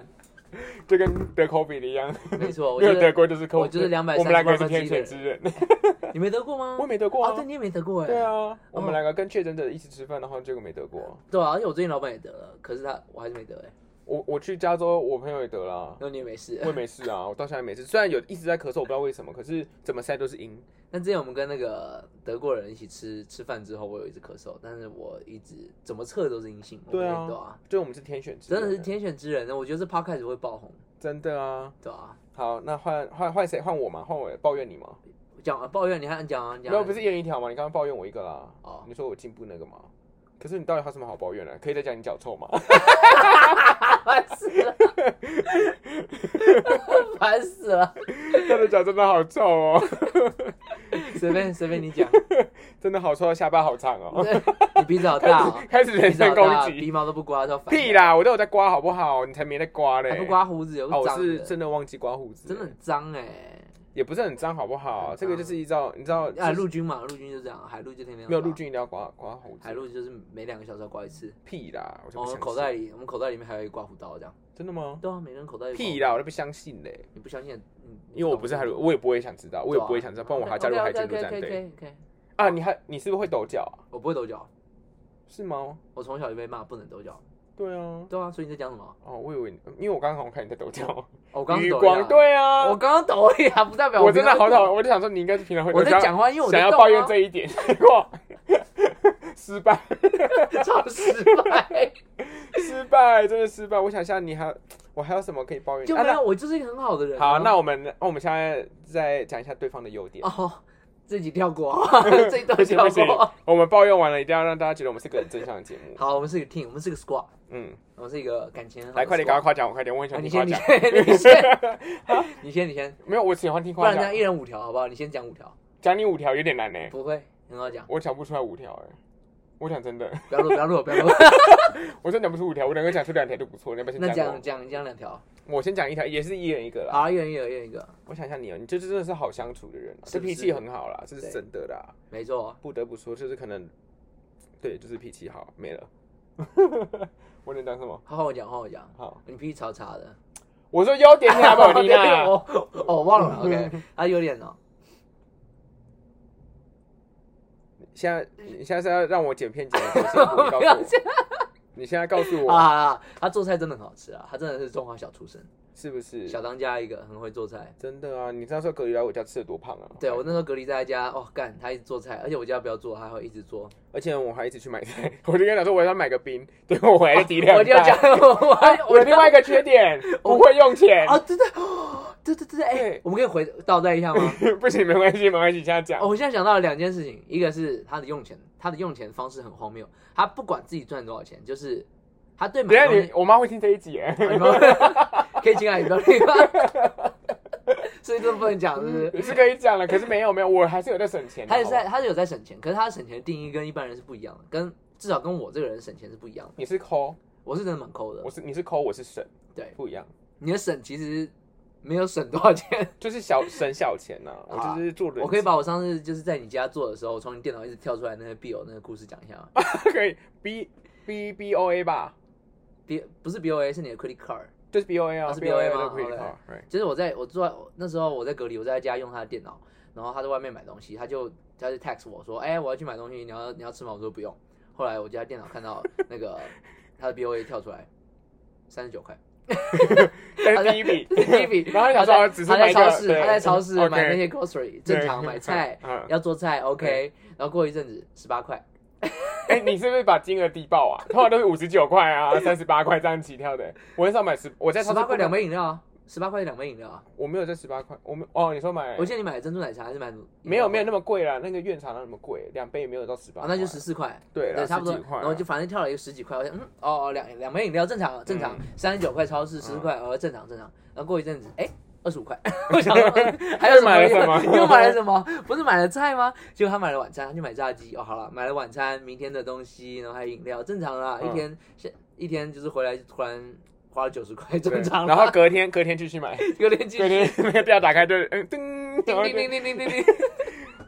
就跟得 COVID 的一样， 没错，我没觉有得得过就是我 COVID，就是230我们两个万是分之天一的选人之人，你没得过吗？我也没得过哦，啊对，。你也没得过哎，对啊，我们两个跟确诊者一起吃饭，然后结果没得过。对啊，而且我最近老板也得了，可是他我还是没得哎，我我去加州，我朋友也得了啊，然后你也没事 我。也没事啊，我到现在没事。虽然有一直在咳嗽，我不知道为什么，可是怎么塞都是阴。那之前我们跟那个德国人一起吃吃饭之后，我有一直咳嗽，但是我一直怎么测都是阴性，我对没得啊啊，，就我们是天选之真人，啊的是天选之人，啊我觉得这 podcast 会爆红，真的啊。对啊。好，那换换换谁？换我嘛？换我抱怨你嘛？讲啊，抱怨，你还讲啊，没你讲啊。有，不是一人一条嘛？你刚刚抱怨我一个啦。哦 你说我进步那个嘛？可是你到底还有什么好抱怨的？可以再讲你脚臭吗？ 烦死了，烦死了。他的脚真的好臭哦， 随便随便你讲，真的好臭，下巴好长哦。你鼻子好大哦， 开始人鼻子身好攻大，击，鼻毛都不刮，都烦。屁啦！我都有在刮，好不好？你才没在刮嘞。还不刮胡子，有哦，个我脏是的，真的忘记刮胡子，真的很脏哎。也不是很脏，好不好？很脏这个就是依照你知道，啊，就是陆军嘛，陆军就这样，海陆就天天要没有陆刮，军一定要刮刮胡海子，陆就是每两个小时要刮一次。屁啦！我就我不相信。们哦口袋里，我们口袋里面还有一个刮胡刀，这样。真的吗？对啊，每个人口袋有一个屁刮啦！我都不相信嘞，胡刀，你不啊相信？嗯因为我不是海陆，，我也不会想知道，我也不会想知道，不然我还加入海军陆战队 OK OK，啊！你还你是不是会抖脚啊？我不会抖脚，是吗？我从小就被骂不能抖脚。对啊。对啊，所以你在讲什么？哦，我以为你，因为我刚刚好像看你在抖脚，哦我刚刚余抖了光，呀，对啊，我刚刚抖了呀，不代表我真的好抖。讨，我就想说你应该是平常会，我在想讲话，因为我在想要动啊抱怨这一点， 结果失败， 超失 败，失败，真的失败。我想一下，你还我还有什么可以抱怨？就啊没有，我就是一个很好的那人啊。好，那我们那我们现在再讲一下对方的优点。哦，自己 跳过，自己都不行跳不 行过。，我们抱怨完了，一定要让大家觉得我们是个很正向的节目。好，我们是一个 team，我们是个 squad，嗯，我们是一个感情很好的来，快点， squad 赶快夸奖我，快点，我很喜啊欢你听先，夸奖。你先，你先， 你先，你 先，没有，我喜欢听不夸然这样奖一。人五条好不好？你先讲五条，讲你五条有点难呢，不会，很好讲，我讲不出来五条哎。我讲真的， 不要录，不要录，不要录。我真讲不出五条，我能够讲出两条就不错。你要不要 那先讲讲啊讲讲两条，我？我先讲一条，也是一人一个啦。好，一人一个，一人一个，我想一下你哦，你这真的是好相处的人、啊，是这不脾是气很好啦，这是对真的啦，没错，不得不说，就是可能，对，就是脾气好，没了。 我能讲什么？好好讲，好好讲，好，你脾气超差的。我说优哎点你还没有听 啊，我我我忘了，OK，他有点哦， 现在你现在是要让我剪片剪的多辛苦，你告 不诉要我这，你现在告诉我啊，他做菜真的很好吃啊，他真的是中华小厨神，是不是？小当家一个，很会做菜。真的啊，你那时候隔离来我家吃的多胖啊？对我那时候隔离在他家，哦，干，他一直做菜，而且我叫他不要做，他还会一直做。而且我还一直去买菜， 我就跟他讲说我要买个冰，结果我回来 就提两我就讲袋。，我还哎 我就另 外一个缺点不会用钱，啊，真的，哦对对对对，哎对，嗯我们可以回倒带一下吗？ 不行，没关系，没关系，现在讲哦，。我现在想到了两件事情，一个是他的用钱，他的用钱方式很荒谬，他不管自己赚多少钱，就是他对等一下买东西 你，我妈会听这一集耶。啊你不要可以进来，你不要理他。所以这不能讲，是不是？是可以讲了，可是没有没有，我还是有在省钱的。他也是在，嗯好不好，他是有在省钱，可是他省钱的定义跟一般人是不一样的，跟至少跟我这个人省钱是不一样的。你是抠，我是真的蛮抠的我，是你是抠，我是省，对，不一样，你的省其实没有省多少钱。就是小省小钱呐、我就是做人，啊我可以把我上次就是在你家做的时候，从你电脑一直跳出来那个 BO 那个故事讲一下吗 可以 B B B O A 吧， ？B 不是 BOA，是你的 credit card。就是 B O A 啊啊是 B O A BOA 都吗可以好考， 对就是我在我住在那时候我在隔离，我在家用他的电脑，然后他在外面买东西，他就他就 text 我说，哎、我要去买东西，你要你要吃吗？我说不用。后来我家电脑看到那个他的 BOA 跳出来，三十九 块，但 是第一笔，第一笔。 然后想他说在只是他买在一超个市，对他在超 市 OK 买那些 grocery，正常 买菜，对嗯，要做菜 OK。然后过一阵子十八块，哎、你是不是把金额低报啊？ 通常都是五十九块 啊、三十八块这样起跳的。我很少买十，我在十超市八块不买两，杯饮料啊，十八块两杯饮料啊。我没有这十八块，我没哦，你说买我记得你买珍珠奶茶还是买没有没有那那么贵啦，那个院长那么贵，两杯也没有到十八、啊，那就十四块。对啦对，差不多十几。块啊然后就反正跳了一个十几块，我想，嗯，哦哦，两两杯饮料正常正嗯常，三十九块超市十块，哦正常正常。然后过一阵子，哎，二 十五块，我想说嗯还有什么又买了什么又买了什么？ 不是买了菜吗？结果他买了晚餐，他去买炸鸡。哦，好了，买了晚餐，明天的东西，然后还有饮料，正常啦。一嗯天现一天就是回来就突然花了九十块，对正常啦。 然后隔天隔天继续买，有点紧隔天那个电脑打开就嗯叮然叮后叮就叮叮叮叮叮。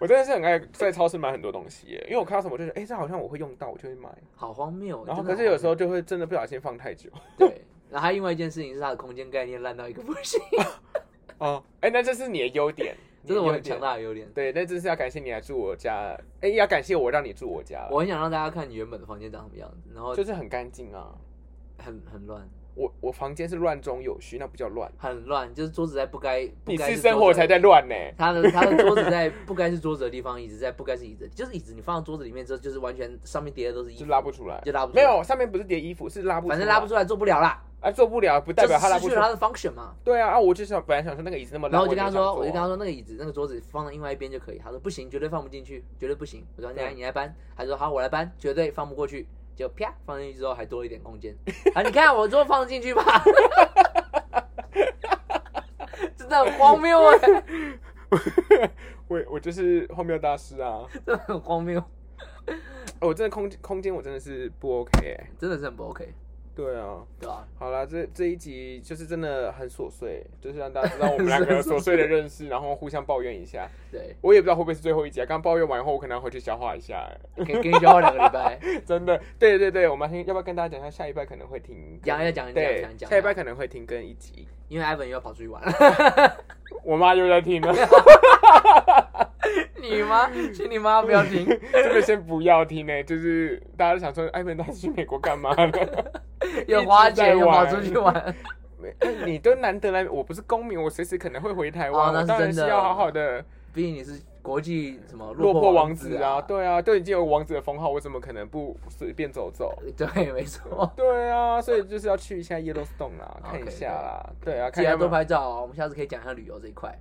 我真的是很爱在超市买很多东西耶，因为我看到什么就是哎、这好像我会用到，我就会买。好荒谬哦。然后真的可是好有时候荒就会真的不小心放太久谬对，然后还另外一件事情是他的空间概念烂到一个不 行，哦，哎、那这是你的优点，这是我很强强大。大的优点。对，那真是要感谢你来住我家，哎、要感谢我让你住我家了，我很想让大家看你原本的房间长什么样子，然后就是很干净啊。很很乱，我我房间是乱中有序，那不叫乱。很乱，就是桌子在不该不你该私是生活才在在乱呢、 他的他的桌子在 不该是桌子的地方，椅子在不该是椅子的，就是椅子你放到桌子里面之后，就是完全上面叠的都是衣就服，拉不出来，就拉不出没来有，上面不是叠衣服，是拉不出来，反正拉不出来，做不了啦，啊，做不了，不代表他拉不出就是失去了来。他的 function 嘛。对啊，啊，我就想本来想说那个椅子那么烂，然后我就也跟他没想说，做啊我就跟他说那个椅子那个桌子放到另外一边就可以，他说不行，绝对放不进去，绝对不行。我说你来对你来搬，他说好我来搬，绝对放不过去，就啪放进去之后还多了一点空间，啊你看我桌放得进去吧。真的很荒谬哎、我我就是荒谬大师 啊！真的很荒谬，哦我真的空空间我真的是不 OK 哎、真的是很不 OK，对啊，对吧、好啦，这这一集就是真的很琐碎，就是让大家知道我们两个琐碎的认识，然后互相抱怨一下。 对，我也不知道会不会是最后一集啊，刚抱怨完后我可能要回去消化一下、 哎跟跟你交往两个礼拜，真的，对对对，我们先要不要跟大家讲一下，下一拜可能会停更，讲一下讲一下对讲一下下一拜可能会停更一集。因为 Ivan 又要跑出去玩了。 我妈又在听了，你妈，请你妈不要听， 这个先不要听呢、就是大家都想说，艾文他去美国干 嘛呢？又花钱一直在又跑玩出去玩。没哎你都难得来，我不是公民，我随时可能会回台哦湾，那我是当然真是的要好好的毕竟你是国际什么落魄王子子啊，对啊，都已经有王子的封号，我怎么可能不随便走走？对，没错。对啊，所以就是要去一下 Yellowstone 啦， OK，看一下啦，对啊，记看一得下多嘛。拍照哦。我们下次可以讲一下旅游这一块。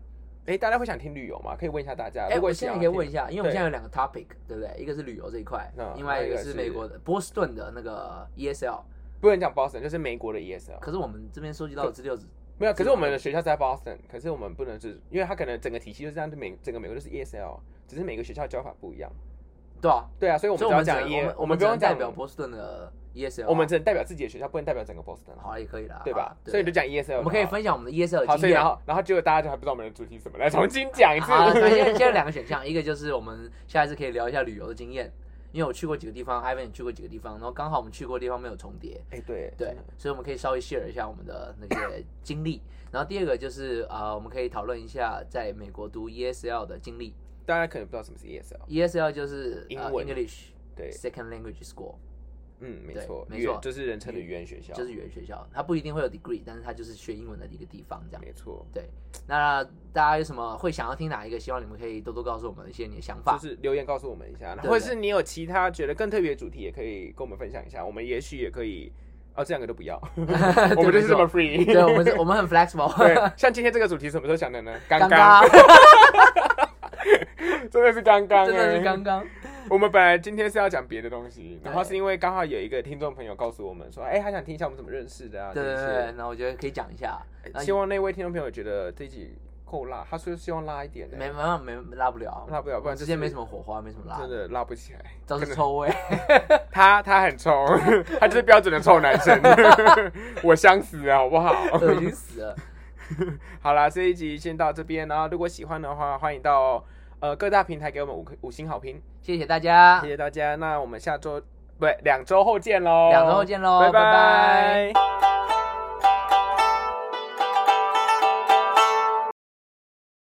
哎，大家会想听旅游吗？可以问一下大家。哎，如果我现在啊想可以要听问一下，因为我对们现在有两个 topic，对不对？一个是旅游这一块嗯，另外一那个一个是是美国的波士顿的那个 ESL。不能讲 Boston，就是美国的 ESL。可是我们这边收集到的资料只没有，可是我们的学校在 Boston，可是我们不能是，因为它可能整个体系就是这样，就美整个美国都是 ESL，只是每个学校教法不一样。对啊，对啊，所以我所们以只要我们讲只能 E，我我们们只不能用代讲表，波士顿的 E ESL，我们只能代表自己的学校，不能代表整个 Boston，啊好了也可以啦，对吧好？所以你就对讲 E ESL，我们可以就好了。分享我们的 ESL 好，所的经以验然。后然后结果大家就还不知道我们的主题是什么，来重新讲一次。啊，对，现在现在两个选项，一个就是我们下一次可以聊一下旅游的经验，因为我去过几个地方，Ivan 也去过几个地方，然后刚好我们去过的地方没有重叠， 哎，对对，所以我们可以稍微 share 一下我们的那 些经历。然后第二个就是呃，我们可以讨论一下在美国读 ESL 的经历。大家可能不知道什么是 E ESL， ESL 就是英呃文 English 对， Second Language School，嗯，没对错，没语言错就是人称的语言学校，就是语言学校，它不一定会有 degree，但是它就是学英文的一个地方这样。没错，对，那大家有什么会想要听哪一个？希望你们可以多多告诉我们一些你的想法就。是留言告诉我们一下，对或者是你有其他觉得更特别的主题，也可以跟我们分享一下，我们也许也可以。哦，这两个都不 要， 我们就是这么 free。对，我们是我们很 flexible。 对，像今天这个主题什么时候想的呢？刚刚刚，刚，真的是刚刚、真的是哎刚刚， 我们本来今天是要讲别的东西，然后对是因为刚好有一个听众朋友告诉我们说，哎、他想听一下我们怎么认识的啊，对对这对些对，那我觉得可以讲一下。哎希望那位听众朋友觉得这一集够辣，他说希望辣一点的、没没办法没拉不了，辣不了不然就是之前没什么火花，没什么拉真，的辣不起来。都是臭味。 他他很臭， 他就是标准的臭男生， 我想死啊了，好不好？恶心死了。好啦，这一集先到这边，然后如果喜欢的话，欢迎到呃各大平台给我们五颗五星好评，谢谢大家谢，谢大家。那我们下周不对，两周后见喽，两周后见喽，拜拜拜拜。